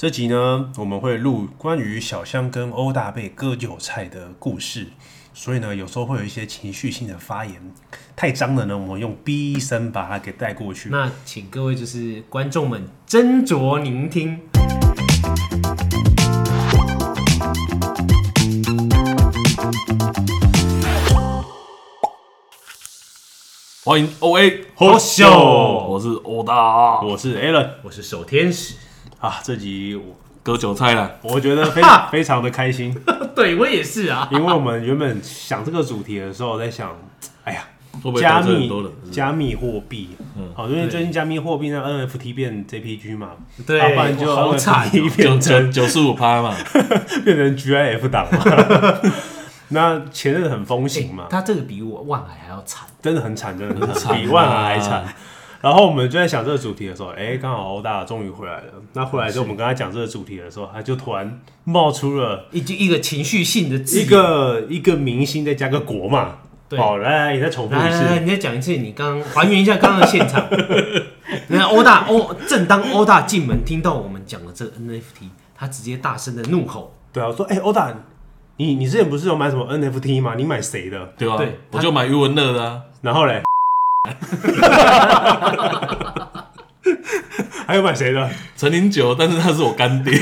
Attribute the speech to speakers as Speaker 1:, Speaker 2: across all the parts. Speaker 1: 这集呢，我们会录关于小香跟欧大被割韭菜的故事，所以呢，有时候会有一些情绪性的发言，太脏了呢，我们用逼一声把它给带过去。
Speaker 2: 那请各位就是观众们斟酌聆听。
Speaker 3: 欢迎 O A
Speaker 1: 好秀，
Speaker 3: 我是欧大
Speaker 1: 我是 Alan
Speaker 2: 我是守天使，
Speaker 1: 啊，这集我
Speaker 3: 割韭菜了，
Speaker 1: 我觉得非非常的开心，
Speaker 2: 对我也是啊。
Speaker 1: 因为我们原本想这个主题的时候，在想，哎呀，
Speaker 3: 会不会
Speaker 1: 加
Speaker 3: 得罪
Speaker 1: 密
Speaker 3: 很多人？是嗯
Speaker 1: 加密货币，好，因为最近加密货币那 NFT 变 JPG 嘛，啊
Speaker 2: 对，
Speaker 1: 要不然就
Speaker 2: 好
Speaker 3: 啊
Speaker 2: 惨哦、
Speaker 1: NFT
Speaker 3: 九
Speaker 1: 变成
Speaker 3: 九九十五 趴嘛，
Speaker 1: 变成 GIF 档嘛。 那前阵子很风行嘛，
Speaker 2: 哎他这个比我万海还要惨，
Speaker 1: 真的很惨，真的很
Speaker 3: 很惨
Speaker 1: 惨，
Speaker 3: 啊
Speaker 1: 比万还惨。然后我们就在想这个主题的时候，哎、刚好欧大终于回来了。那回来之后，我们跟他讲这个主题的时候，他就突然冒出了
Speaker 2: 一就一个情绪性的字
Speaker 1: 一个一个明星，再加个国嘛。
Speaker 2: 对
Speaker 1: 好、来来，你再重复
Speaker 2: 来
Speaker 1: 一
Speaker 2: 来来，
Speaker 1: 次。
Speaker 2: 你再讲一次，你刚刚还原一下刚刚的现 场。那欧大欧，正当欧大进门听到我们讲的这个 NFT，他直接大声的怒吼，
Speaker 1: 对啊，我说，哎、欧大，你你之前不是有买什么 NFT 吗？你买谁的？
Speaker 3: 对吧
Speaker 2: 对？
Speaker 3: 我就买余文乐的啊，
Speaker 1: 然后 嘞，还有买谁的？
Speaker 3: 陈零九，但是他是我 干爹，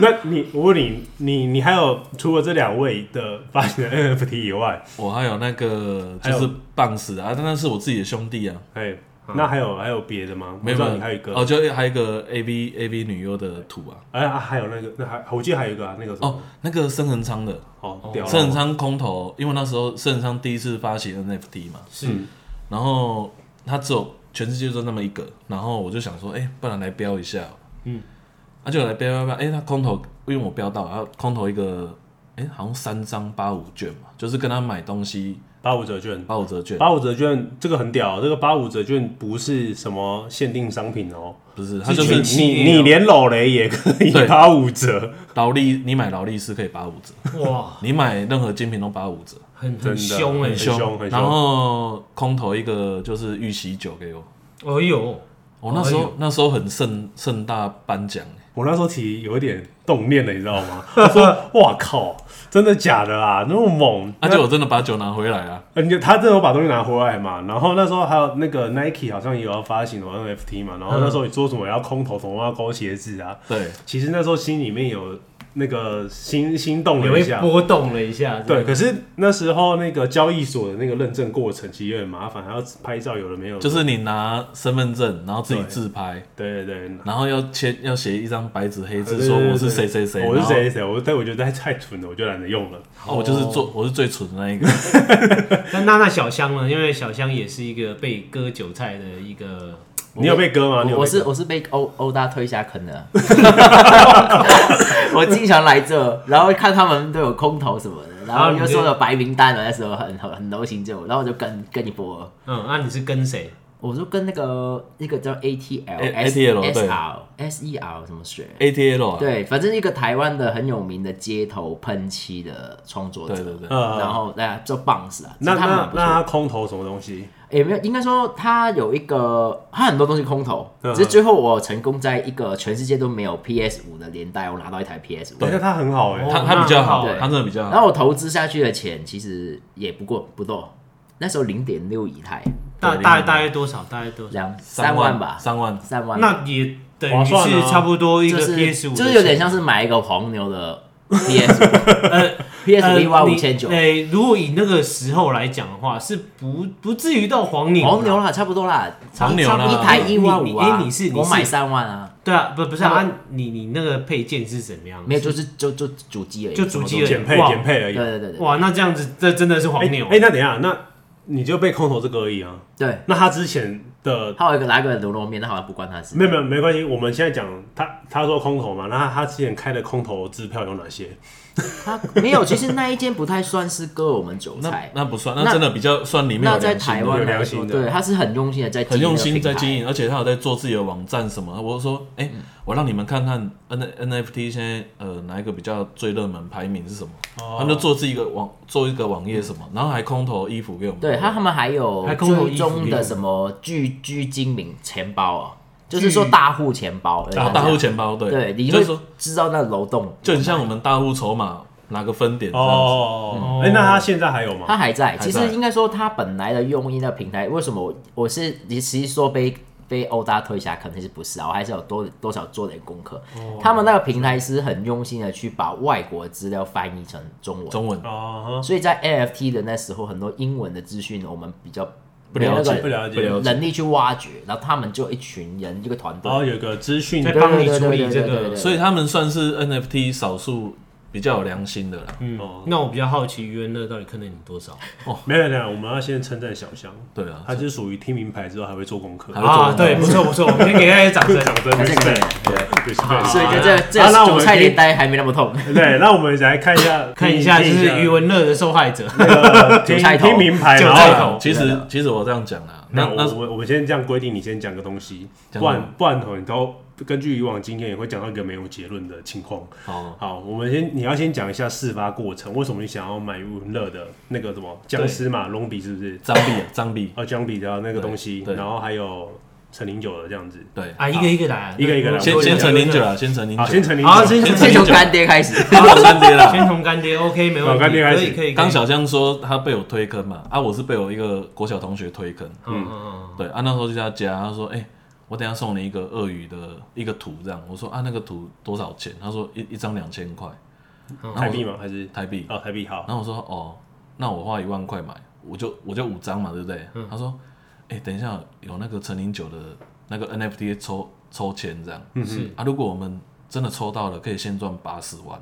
Speaker 1: 那你我问你，你你还有除了这两位的发行的 NFT 以外，
Speaker 3: 我还有那个
Speaker 1: 还有
Speaker 3: 就是棒死的啊，但那是我自己的兄弟啊，
Speaker 1: 哎，那还有还有别的吗？
Speaker 3: 没有
Speaker 1: 我知
Speaker 3: 没
Speaker 1: 道你还有一个
Speaker 3: 哦，，就还有一个 A V A V 女优的图啊，
Speaker 1: 哎啊，还有那个，那还我记得还有一个啊，那个什
Speaker 3: 哦
Speaker 1: 么，，
Speaker 3: 那个深恒昌的，
Speaker 1: 哦，屌
Speaker 3: 深恒
Speaker 1: 了，
Speaker 3: 昌空投，因为那时候深恒昌第一次发行 NFT 嘛，
Speaker 2: 是、
Speaker 3: 然后他只有全世界就那么一个，然后我就想说，哎、不然来标一下，
Speaker 1: 嗯
Speaker 3: 嗯，他、就来标标标，哎、他空投，因为我标到，然后空投一个，哎、好像三张八五券嘛，就是跟他买东西
Speaker 1: 八五折券，
Speaker 3: 八五折券，
Speaker 1: 八五折券这个很屌，啊这个八五折券不是什么限定商品哦，
Speaker 3: 不是，他
Speaker 2: 是
Speaker 3: 就
Speaker 2: 全
Speaker 3: 是
Speaker 2: 新
Speaker 1: 你你连老雷也可以
Speaker 3: 对
Speaker 1: 八五折，
Speaker 3: 劳力，你买劳力士可以八五 折，
Speaker 2: 哇，
Speaker 3: 你买任何精品都八五折，
Speaker 2: 很
Speaker 1: 真的
Speaker 2: 很凶哎、
Speaker 1: 很
Speaker 2: 欸，
Speaker 1: 凶很凶
Speaker 3: 然后空投一个就是玉玺酒给我，
Speaker 2: 哎呦，
Speaker 3: 我、哦那时候、
Speaker 2: 哎
Speaker 3: 那时候很盛盛大颁奖、
Speaker 1: 我那时候其实有一点动念了，你知道吗？我 说，哇靠，真的假的啊？那么猛，
Speaker 3: 而且我真的把酒拿回来啊，
Speaker 1: 呃，你就他真的有把东西拿回来嘛？然后那时候还有那个 Nike 好像也要发行什么 NFT 嘛，然后那时候你说什么要空投，什么要勾鞋子啊，
Speaker 3: 对。
Speaker 1: 其实那时候心里面有那个心心动
Speaker 2: 有
Speaker 1: 了一
Speaker 2: 一
Speaker 1: 下。
Speaker 2: 波动了一下，
Speaker 1: 对，可是那时候那个交易所的那个认证过程其实有点麻烦，还要拍照，有的没有的。
Speaker 3: 就是你拿身份证，然后自己自拍，
Speaker 1: 对对对，
Speaker 3: 然后要签要写一张白纸黑
Speaker 1: 对
Speaker 3: 字
Speaker 1: 对
Speaker 3: 说
Speaker 1: 对
Speaker 3: 我是
Speaker 1: 对
Speaker 3: 谁谁谁，
Speaker 1: 我是谁
Speaker 3: 然
Speaker 1: 谁谁，我但我觉得太太蠢了，我就懒得用了。
Speaker 3: 后，哦我就是做我是最蠢的那一个，
Speaker 2: 但娜娜小香呢？因为小香也是一个被割韭菜的一个，
Speaker 1: 你有被割哦吗？你有
Speaker 4: 我
Speaker 1: 被
Speaker 4: 是
Speaker 1: 割？
Speaker 4: 我是被欧欧大推下坑的， 我经常来这，然后看他们都有空投什么的，然
Speaker 2: 啊
Speaker 4: 后
Speaker 2: 你
Speaker 4: 又
Speaker 2: 就
Speaker 4: 说有白名单了，那时候很很很流行这种，然后我就跟跟一波了，
Speaker 2: 嗯，那、你是跟谁？
Speaker 4: 我就跟那个那个叫 ATL
Speaker 3: A-
Speaker 4: S
Speaker 3: ATL
Speaker 4: S
Speaker 3: 对
Speaker 4: L S E L 什么学，
Speaker 3: ATL 啊，
Speaker 4: 对，反正一个台湾的很有名的街头喷漆的创作者，
Speaker 3: 对对对
Speaker 1: 呃
Speaker 4: 然后大家就 bounce 啊，
Speaker 1: 那
Speaker 4: 其实他
Speaker 1: 那
Speaker 4: 们蛮不错
Speaker 1: 那
Speaker 4: 的
Speaker 1: 他空投什么东西？
Speaker 4: 也没有，应该说他有一个，他很多东西空投，
Speaker 1: 嗯
Speaker 4: 只是最后我成功在一个全世界都没有 PS 五的年代，我拿到一台 PS 五
Speaker 1: 等一。下他很好哎，
Speaker 2: 哦
Speaker 3: 他
Speaker 2: 那
Speaker 3: 他比较好
Speaker 2: 很
Speaker 4: 好欸，
Speaker 3: 他真的比
Speaker 2: 嗯
Speaker 3: 较
Speaker 4: 然
Speaker 3: 好，
Speaker 4: 后我投资下去的钱其实也不过不多，那时候零点六以太，
Speaker 2: 大
Speaker 3: 对
Speaker 2: 大
Speaker 3: 另外
Speaker 2: 大概多少？大概多少？
Speaker 4: 两三万吧，
Speaker 3: 三万，
Speaker 4: 三万，
Speaker 2: 那也等于
Speaker 1: 划算
Speaker 2: 是
Speaker 1: 啊
Speaker 2: 差不多一
Speaker 4: 就
Speaker 2: 个
Speaker 4: 是
Speaker 2: PS 五，
Speaker 4: 就是有点像是买一个黄 牛的 PS 五
Speaker 2: 呃
Speaker 4: PS 五一万
Speaker 2: 你
Speaker 4: 五千九，
Speaker 2: 哎，如果以那个时候来讲的话，是不不至于到黄牛。
Speaker 4: 黄牛，啦，差不多啦，
Speaker 2: 差
Speaker 3: 黄牛啦
Speaker 2: 差不多
Speaker 4: 一台一万五啊，
Speaker 2: 啊你你你是你
Speaker 4: 我
Speaker 2: 是
Speaker 4: 买三万啊，
Speaker 2: 对啊，不不是啊，
Speaker 4: 他们
Speaker 2: 啊你你那个配件是怎么样？
Speaker 4: 没有就是就就主机而已，
Speaker 2: 就主机
Speaker 4: 什
Speaker 2: 而
Speaker 4: 么
Speaker 1: 减
Speaker 2: 已
Speaker 1: 配
Speaker 2: 哇
Speaker 1: 减配而
Speaker 4: 都
Speaker 1: 已
Speaker 4: 没有。。对对对对
Speaker 2: 哇，那这样子这真的是黄
Speaker 1: 哎
Speaker 2: 牛。啊
Speaker 1: 哎，那等一下，那你就被空投这个而已啊？
Speaker 4: 对，
Speaker 1: 那他之前的
Speaker 4: 还有一个拿一个牛肉面，那好像不关他的事。
Speaker 1: 没有没有没关系，我们现在讲他他说空投嘛，那他他之前开的空投支票有哪些？
Speaker 4: 他没有，其实那一间不太算是割我们韭
Speaker 3: 那
Speaker 4: 菜。
Speaker 3: 那不算，那
Speaker 4: 那
Speaker 3: 真的比较算里面
Speaker 4: 那
Speaker 3: 有
Speaker 4: 在
Speaker 3: 良
Speaker 4: 台
Speaker 3: 心
Speaker 4: 湾
Speaker 3: 的，
Speaker 4: 来
Speaker 1: 良心
Speaker 4: 说，
Speaker 1: 的
Speaker 4: 对，他是很用心的在
Speaker 3: 很用心
Speaker 4: 经营这
Speaker 3: 在
Speaker 4: 个品牌
Speaker 3: 经营，而且他有在做自己的网站什么，我说哎，我让你们看看 N NFT 现在呃哪一个比较最热门排名是什么，他们就做自己一个网做一个网页什么，然后还空投衣服给我们，
Speaker 4: 对他他们还有
Speaker 2: 还空投
Speaker 4: 最
Speaker 2: 衣服
Speaker 4: 终
Speaker 2: 给我
Speaker 4: 的
Speaker 2: 们
Speaker 4: 什么巨巨精明钱包啊，就是说大户钱包，
Speaker 3: 然后啊大户钱包对
Speaker 4: 对，你
Speaker 3: 就
Speaker 4: 会
Speaker 3: 是说
Speaker 4: 知道那个漏洞，
Speaker 3: 就很像我们大户筹码拿个分点这样子。
Speaker 1: 哦，哎，那他现在还有
Speaker 4: 它
Speaker 1: 吗？
Speaker 4: 还在。
Speaker 3: 在
Speaker 4: 其实应该说，它本来的用意那个平台，为什么我我是你其实说被被欧大推下，可能是不是啊？我还是有多多少做点功课。他们那个平台是很用心的去把外国资料翻译成中文，
Speaker 3: 中文
Speaker 1: 哦，
Speaker 4: 所以在 NFT 的那时候，很多英文的资讯我们比较
Speaker 3: 不了解
Speaker 4: 没有
Speaker 1: 哦不了解
Speaker 3: 不
Speaker 4: 那
Speaker 3: 了
Speaker 4: 个
Speaker 3: 解，
Speaker 4: 能力去挖掘，然后他们就一群人一个团队
Speaker 1: 然，后有个资讯
Speaker 2: 在
Speaker 4: 对
Speaker 2: 帮你
Speaker 4: 对对
Speaker 2: 处理
Speaker 4: 对
Speaker 2: 这
Speaker 4: 对
Speaker 2: 个
Speaker 4: 对对
Speaker 3: 所以他们算是 NFT 少数比较有良心的啦。
Speaker 1: 哦，
Speaker 2: 那我比较好奇余文乐到底坑了你多少
Speaker 1: 没有没有，我们要先称赞小香，
Speaker 3: 对啊，
Speaker 1: 他就是属于听名牌之后还会做功课，
Speaker 3: 还 会做功课
Speaker 2: 啊对，不错不错，我们先给大家掌声。
Speaker 1: 讲真没事，对，对，
Speaker 4: 所以就这这
Speaker 1: 好那
Speaker 4: 个
Speaker 1: 我们
Speaker 4: 韭菜
Speaker 1: 可以
Speaker 4: 连带还没那么痛。
Speaker 1: 对，那我们来看一下，
Speaker 2: 看一下，就是余文乐的受害者。
Speaker 1: 听
Speaker 4: 韭菜头
Speaker 1: 听名牌，
Speaker 2: 韭
Speaker 1: 然
Speaker 2: 菜
Speaker 1: 后
Speaker 2: 头
Speaker 3: 其实其实我这样讲啦，
Speaker 1: 那
Speaker 3: 那
Speaker 1: 我
Speaker 3: 那
Speaker 1: 我们我们先这样规定，你先讲个东西，
Speaker 3: 讲
Speaker 1: 不
Speaker 3: 什
Speaker 1: 然
Speaker 3: 么
Speaker 1: 不然哦，你都根据以往经验也会讲到一个没有结论的情况。
Speaker 3: 好
Speaker 1: 好，我们先你要先讲一下事发过程，为什么你想要买文乐的那个什么僵尸嘛，隆鼻是不是？
Speaker 3: 张力啊张力，
Speaker 1: 哦，姜比的那个东西，
Speaker 3: 对对
Speaker 1: 然后还有陈零九的这样子。
Speaker 3: 对，
Speaker 2: 啊，一个一个来 啊，
Speaker 1: 一个一个来
Speaker 3: 先
Speaker 1: 我
Speaker 3: 先
Speaker 1: 讲
Speaker 3: 陈零九啦，先陈零
Speaker 1: 好，
Speaker 3: 九，
Speaker 1: 先陈零
Speaker 2: 好，
Speaker 1: 九，
Speaker 2: 先
Speaker 3: 先
Speaker 2: 从
Speaker 4: 先从干爹开始，
Speaker 3: 好干爹啦。
Speaker 2: 先从干爹，OK，没问
Speaker 1: 从
Speaker 2: 题，
Speaker 1: 哦干爹开始
Speaker 2: 可以可以。可以
Speaker 3: 刚，小香说他被我推坑嘛，啊，我是被我一个国小同学推坑，
Speaker 2: 嗯嗯
Speaker 3: 对啊，那时候就在他家，他说，哎、我等一下送你一个鳄鱼的一个图，这样，我说啊，那个图多少钱？他说一一张两千块
Speaker 1: 台币吗？还是
Speaker 3: 台币，
Speaker 1: 哦台币好
Speaker 3: 然？后我说哦，那我花一万块买，我就我就五张嘛，对不对？
Speaker 2: 嗯
Speaker 3: 他说，哎、等一下有那个陈零九的那个 NFT 抽抽签这样，
Speaker 2: 嗯，是
Speaker 3: 啊，如果我们真的抽到了，可以先赚八十万，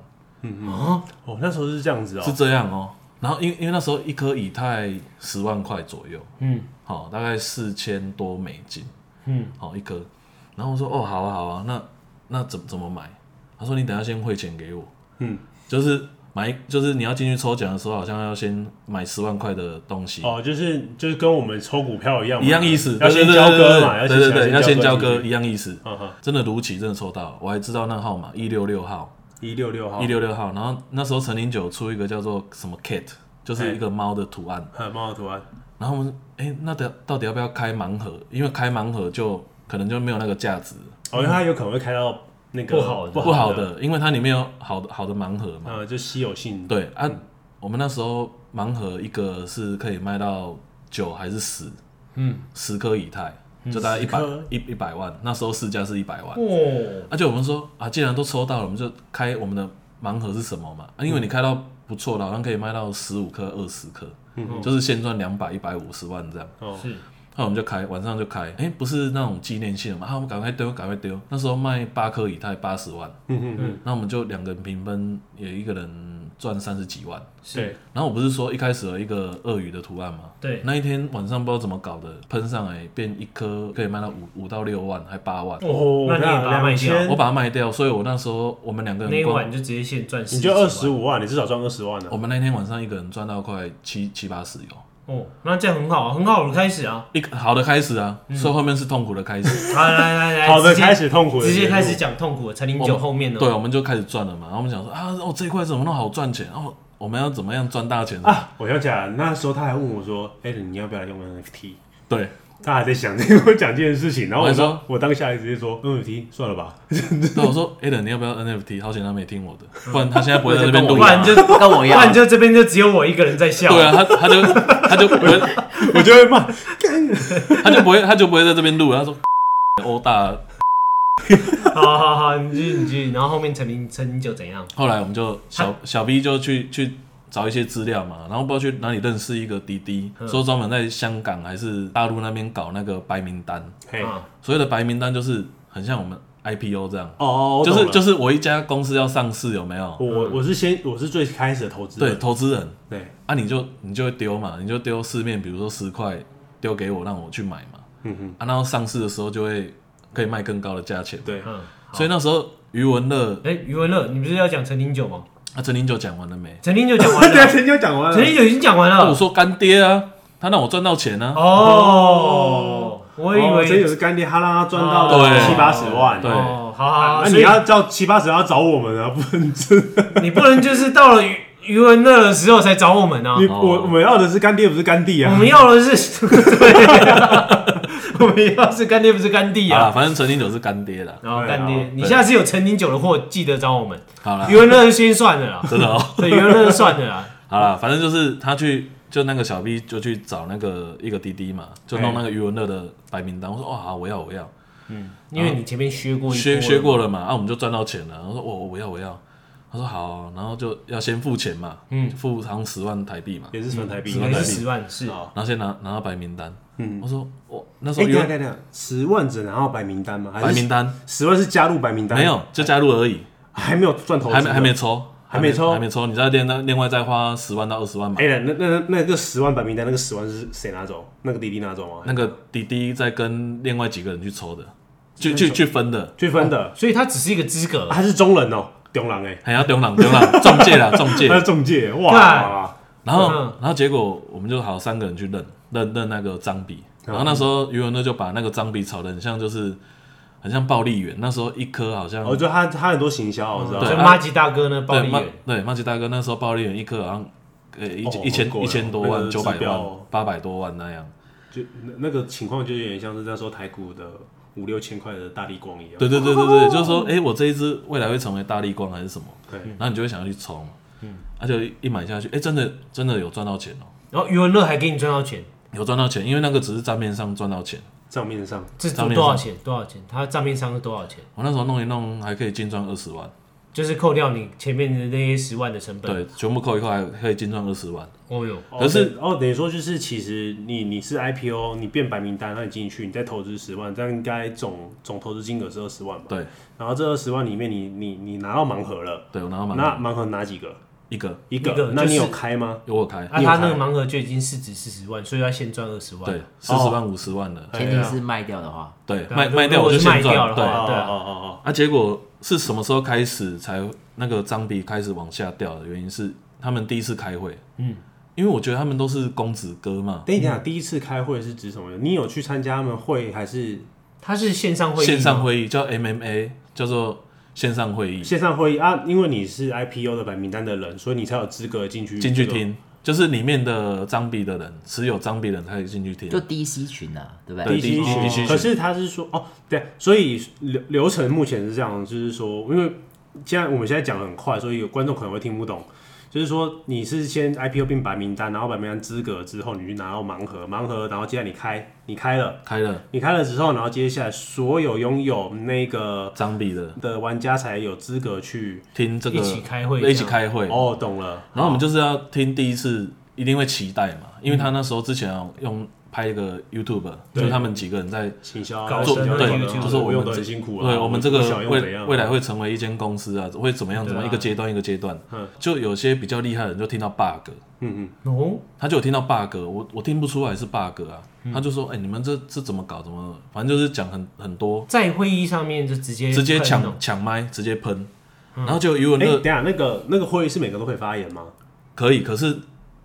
Speaker 2: 哦，
Speaker 1: 哦，那时候是这样子
Speaker 3: 是
Speaker 1: 哦，
Speaker 3: 这样哦。然后因为因为那时候一颗以太十万块左右，
Speaker 2: 嗯
Speaker 3: 好、大概四千多美金，
Speaker 2: 嗯，
Speaker 3: 好、一颗。然后我说哦，好啊好啊，那那怎怎么买？他说你等一下先汇钱给我，
Speaker 1: 嗯，
Speaker 3: 就是买就是你要进去抽奖的时候，好像要先买十万块的东西，
Speaker 1: 哦，就是就是跟我们抽股票一样嘛，
Speaker 3: 一样意思，
Speaker 1: 要
Speaker 3: 对
Speaker 1: 先
Speaker 3: 对
Speaker 1: 交
Speaker 3: 对
Speaker 1: 割嘛，
Speaker 3: 对对对，要先交
Speaker 1: 割
Speaker 3: 割
Speaker 1: 进去。
Speaker 3: 一样意思。
Speaker 1: 嗯哼，
Speaker 3: 真的如期真的抽到了，我还知道那号码一六六号，
Speaker 1: 一六六号
Speaker 3: 一，六六号。然后那时候陈零九出一个叫做什么 cat，就是一个猫的图案。
Speaker 1: 嗯，猫的图案。
Speaker 3: 然后我们哎、诶那得到底要不要开盲盒？因为开盲盒就可能就没有那个价值，
Speaker 1: 哦，因为它有可能会开到那个
Speaker 2: 不好的
Speaker 1: 不
Speaker 3: 不好
Speaker 1: 好，
Speaker 3: 的，因为它里面有好的好的盲盒嘛。
Speaker 1: 呃，就稀有性。
Speaker 3: 对啊，我们那时候盲盒一个是可以卖到九还是十？
Speaker 2: 嗯，
Speaker 3: 十颗以太，就大概一百
Speaker 1: 10颗
Speaker 3: 一一百万，那时候市价是一百万。
Speaker 1: 嗯
Speaker 2: 哦，
Speaker 3: 而且我们说啊，既然都抽到了，我们就开我们的盲盒是什么嘛？啊、因为你开到不错了，好像可以卖到十五颗、二十颗，就是先赚两百、一百五十万这样。
Speaker 1: 哦，
Speaker 2: 是
Speaker 3: 那我们就开，晚上就开，哎、不是那种纪念性的嘛，啊，我们赶快丢，赶快丢。那时候卖八颗以太八十万，
Speaker 1: 嗯嗯嗯，
Speaker 3: 那我们就两个人平分，有一个人赚三十几万。
Speaker 1: 对，
Speaker 3: 然后我不是说一开始有一个鳄鱼的图案吗？
Speaker 2: 对，
Speaker 3: 那一天晚上不知道怎么搞的，喷上来变一颗可以卖到五五到六万，还八万。
Speaker 1: 哦
Speaker 2: 那你也把它卖掉
Speaker 1: 2000
Speaker 3: 我把它卖掉，所以我那时候我们两个
Speaker 2: 那一
Speaker 3: 人光，
Speaker 2: 晚就直接现赚，
Speaker 1: 你就二十，五万，你至少赚二十万了
Speaker 3: 我。们那天晚上一个人赚到快七七八十有，
Speaker 2: 哦，那这样很好啊，很好的开始啊，
Speaker 3: 一个好的开始啊，
Speaker 2: 嗯
Speaker 3: 所以后面是痛苦的开始。
Speaker 2: 好来来来，
Speaker 1: 好的，
Speaker 2: 直接
Speaker 1: 开始痛苦了，
Speaker 2: 直接开始讲痛苦的陈零
Speaker 3: 我
Speaker 2: 九
Speaker 3: 们
Speaker 2: 后面呢，哦
Speaker 3: 对，我们就开始赚了嘛。然后我们想说啊，哦这一块怎么那么好赚钱？哦，我们要怎么样赚大钱？
Speaker 1: 啊！我想起来了，那时候他还问我说：“哎，你要不要来用 NFT？”
Speaker 3: 对，
Speaker 1: 他还在想这个 我讲这件事情，然后我
Speaker 3: 我还说
Speaker 1: 说：“我当下直接说 NFT 算了吧。
Speaker 3: 那我说 a l a n 你要不要 NFT？好险他没听我的，不然他现在不会在 这边
Speaker 4: 跟
Speaker 3: 录
Speaker 4: 我
Speaker 2: 嗯不
Speaker 4: 一
Speaker 3: 音。
Speaker 2: 然
Speaker 3: 啊
Speaker 4: 样，
Speaker 2: 就
Speaker 4: 跟我一
Speaker 2: 不
Speaker 4: 样，
Speaker 2: 然就这边就只有我一个人在笑，
Speaker 3: 对啊，他他就他就不会”
Speaker 1: 我就会骂，
Speaker 3: 他就不会他就不会在这边录。他说 欧大，
Speaker 2: 好好好，你去你去，然后后面陈零陈零九怎样？
Speaker 3: 后来我们
Speaker 1: 啊
Speaker 3: 就小小 B 就去去找一些资料嘛，然后不知道去哪里认识一个滴滴，
Speaker 1: 嗯
Speaker 3: 说专门在香港还是大陆那边搞那个白名单。
Speaker 1: 嘿，哦
Speaker 2: 啊，
Speaker 3: 所谓的白名单就是很像我们 IPO 这样，
Speaker 1: 哦，我
Speaker 3: 就
Speaker 1: 懂
Speaker 3: 是
Speaker 1: 了
Speaker 3: 就是我一家公司要上市有没有？
Speaker 1: 我我是先我是最开始的投资
Speaker 3: 对，
Speaker 1: 人，
Speaker 3: 投资人
Speaker 1: 对
Speaker 3: 啊，你就你就会丢嘛，你就丢市面，比如说十块丢给我，让我去买嘛。嗯哼，啊，然后上市的时候就会可以卖更高的价钱。
Speaker 1: 对，
Speaker 2: 嗯，
Speaker 3: 所以那时候余文乐
Speaker 2: 哎，余文乐，你不是要讲陈零九吗？
Speaker 3: 啊，陈林就讲完了没？
Speaker 2: 陈零九讲 完
Speaker 1: 对，
Speaker 2: 了，
Speaker 1: 陈就讲完
Speaker 2: 陈零
Speaker 1: 了，
Speaker 2: 九已经讲完
Speaker 3: 那我
Speaker 2: 了，
Speaker 3: 说干爹啊，他让我赚到钱啊。
Speaker 2: 哦，我以
Speaker 1: 哦陈
Speaker 2: 为啊
Speaker 1: 有是干爹，他让他赚到
Speaker 3: 哦
Speaker 1: 了
Speaker 3: 对
Speaker 1: 七八十万，
Speaker 3: 对
Speaker 2: 哦，好好，
Speaker 1: 那
Speaker 2: 好
Speaker 1: 你
Speaker 2: 所以
Speaker 1: 啊要叫七八十要找我们啊，不能
Speaker 2: 你不能就是到了余余文乐的时候才找我们啊
Speaker 5: 你。
Speaker 1: 哦
Speaker 5: 我我们要的是干爹，不是干弟
Speaker 2: 我
Speaker 5: 啊
Speaker 2: 们。要的是， 啊对，我们要的是干爹不是干弟
Speaker 3: 啊，
Speaker 2: 啊。
Speaker 3: 反正陈金九是干爹啦。
Speaker 2: 然后干
Speaker 5: 对
Speaker 2: 爹
Speaker 5: 啊，
Speaker 2: 你下次有陈年酒的货，记得找我们。
Speaker 3: 好啦
Speaker 2: 余，文乐先算了 啦，
Speaker 3: 真的哦，
Speaker 2: 对，余文乐算了啦。
Speaker 3: 好啦，反正就是他去，就那个小 B 就去找那个一个滴滴嘛，就弄那个余文乐的白名单。我说哦，好，我要我要，
Speaker 2: 因为你前面削过一
Speaker 3: 削
Speaker 2: 波
Speaker 3: 削
Speaker 2: 了
Speaker 3: 过了嘛，啊，我们就赚到钱了。我说我哦我要我要，他说好啊，然后就要先付钱嘛，嗯，付好像十万台币嘛，
Speaker 1: 也是存台币
Speaker 2: 应。该是十万是。
Speaker 1: 哦
Speaker 3: 然后先拿拿到白名单。嗯，我说我那时
Speaker 1: 哎，等一
Speaker 3: 候余
Speaker 1: 下
Speaker 3: 文
Speaker 1: 等一下，十万只拿到白名单吗？还是
Speaker 3: 白名单
Speaker 1: 十万是加入白名单，
Speaker 3: 没有，就加入而已，
Speaker 1: 还没有赚头，
Speaker 3: 还没还没。抽，
Speaker 1: 哎还没抽
Speaker 3: 还没抽，你再另另外再花十万到二十万买。
Speaker 1: 哎、那那那那个十万白名单，那个十万是谁拿走？那个弟弟拿走吗？
Speaker 3: 那个滴滴在跟另外几个人去抽的，去去去分的，
Speaker 1: 去分的，
Speaker 2: 所以他只是一个资格
Speaker 1: 啊，，他是中人哦、中人哎、
Speaker 3: 还要丢朗丢朗中介啦中介
Speaker 5: 他。是中介，哇，
Speaker 2: 干
Speaker 3: 然后
Speaker 2: 嗯
Speaker 3: 然后结果我们就好三个人去认认认那个张笔，然后那时候余文乐就把那个张笔炒得很像就是很像暴力员，那时候一颗好像
Speaker 1: 我觉得他他很多行销，我知道。
Speaker 3: 对
Speaker 2: 所以
Speaker 3: 啊
Speaker 2: 马吉大哥呢，暴
Speaker 3: 对
Speaker 2: 力
Speaker 3: 马
Speaker 2: 员
Speaker 3: 对马吉大哥那时候暴力员一颗好像呃一
Speaker 1: 哦
Speaker 3: 一千
Speaker 1: 很贵哦
Speaker 3: 一千多
Speaker 1: 那
Speaker 3: 万
Speaker 1: 个
Speaker 3: 九百
Speaker 1: 指标
Speaker 3: 万
Speaker 1: 哦
Speaker 3: 八百多万那样，
Speaker 1: 就那那个情况就有点像是那时候台股的五六千块的大力光一样。
Speaker 3: 对对对对对，就是说哎我这一支未来会成为大力光还是什么，
Speaker 1: 对，
Speaker 3: 然后你就会想要去抽嘛，
Speaker 2: 嗯
Speaker 3: 他就一买下去，哎真的真的有赚到钱哦，
Speaker 2: 然后余文乐还给你赚到钱，
Speaker 3: 有赚到钱，因为那个只是账面上赚到钱。
Speaker 1: 账面上
Speaker 2: 这
Speaker 3: 账面
Speaker 2: 多少
Speaker 3: 上
Speaker 2: 钱？多少钱？他账面上是多少钱？
Speaker 3: 我那时候弄一弄，还可以净赚二十万，
Speaker 2: 就是扣掉你前面的那些十万的成本。
Speaker 3: 对，全部扣一扣，还可以净赚二十万。
Speaker 2: 哦哟，
Speaker 1: 哦
Speaker 3: 可是
Speaker 1: 哦，等于说就是其实你你是 IPO，你变白名单，那你进去，你再投资十万，这样应该总总投资金额是二十万嘛？
Speaker 3: 对，
Speaker 1: 然后这二十万里面你，你你拿到盲盒了，
Speaker 3: 对我拿到满
Speaker 1: 那盲盒拿几个？
Speaker 3: 一个，
Speaker 1: 一个，
Speaker 2: 一个
Speaker 1: 那你
Speaker 2: 就是
Speaker 1: 有开吗？
Speaker 3: 有我开，
Speaker 2: 啊，他 那个盲盒就已经市值四十万，所以他先赚二十万。
Speaker 3: 对，四十万五十万的，
Speaker 4: 前提是卖掉的话，
Speaker 3: 对，
Speaker 2: 对啊
Speaker 3: 卖
Speaker 2: 如果
Speaker 3: 卖掉我就是
Speaker 2: 卖
Speaker 3: 先
Speaker 2: 掉的
Speaker 3: 赚，对。
Speaker 2: 话
Speaker 3: 啊，
Speaker 1: 哦
Speaker 2: 对啊
Speaker 1: 哦哦
Speaker 3: 结果是什么时候开始才那个张比开始往下掉的原因是他们第一次开会，嗯，因为我觉得他们都是公子哥
Speaker 1: 哦
Speaker 3: 嘛，
Speaker 1: 等一下，第一次开会是指什么？你有去参加他们会还是
Speaker 2: 他是线上会议吗，
Speaker 3: 线上会议叫 MMA，叫做线上会议，
Speaker 1: 线上会议啊？因为你是 IPO 的白名单的人，所以你才有资格进去
Speaker 3: 进去
Speaker 1: 这个。
Speaker 3: 听，就是里面的张比的人，持有张比的人才可以进去听，
Speaker 4: 就 DC 群啊，对不
Speaker 1: 第
Speaker 4: 对？
Speaker 1: 一期
Speaker 3: 对第一期
Speaker 1: 群，
Speaker 3: 群
Speaker 1: 可是他是说哦，对，所以流流程目前是这样，就是说，因为现在我们现在讲得很快，所以有观众可能会听不懂。就是说，你是先 IPO 并白名单，然后白名单资格之后，你去拿到盲盒，盲盒，然后接下来你开，你开了，
Speaker 3: 开了
Speaker 1: 你开了之后，然后接下来所有拥有那个
Speaker 3: 张比的
Speaker 1: 的玩家才有资格去。
Speaker 3: 听这个
Speaker 2: 一起开会，
Speaker 3: 一起。开会，
Speaker 1: 哦，懂了。
Speaker 3: 然后我们就是要听第一次，一定会期待嘛，
Speaker 1: 嗯
Speaker 3: 因为他那时候之前有用拍一个 YouTube，就是他们几个人在
Speaker 1: 行销啊
Speaker 2: 搞
Speaker 3: 做，
Speaker 2: 生意
Speaker 3: 对，
Speaker 2: YouTube
Speaker 3: 就是我
Speaker 1: 用
Speaker 3: 们
Speaker 1: 的
Speaker 3: 这
Speaker 1: 很辛苦了。啊
Speaker 3: 对，我们这个
Speaker 1: 不晓得用怎
Speaker 3: 未
Speaker 1: 样啊
Speaker 3: 未来会成为一间公司啊，会怎么样？怎么
Speaker 1: 对啊嗯
Speaker 3: 一个阶段一个阶段，就有些比较厉害的人就听到 bug，
Speaker 2: 哦，
Speaker 3: 他就有听到 bug，我我听不出来是 bug 啊，他就说，哎，你们这这怎么搞？怎么反正就是讲很很多，
Speaker 2: 在会议上面就直接
Speaker 3: 直接
Speaker 2: 喷哦
Speaker 3: 抢抢麦，直接喷，然后就余文
Speaker 1: 哎、
Speaker 3: 乐
Speaker 1: 等一下那个那个会议是每个都可以发言吗？
Speaker 3: 可以，可是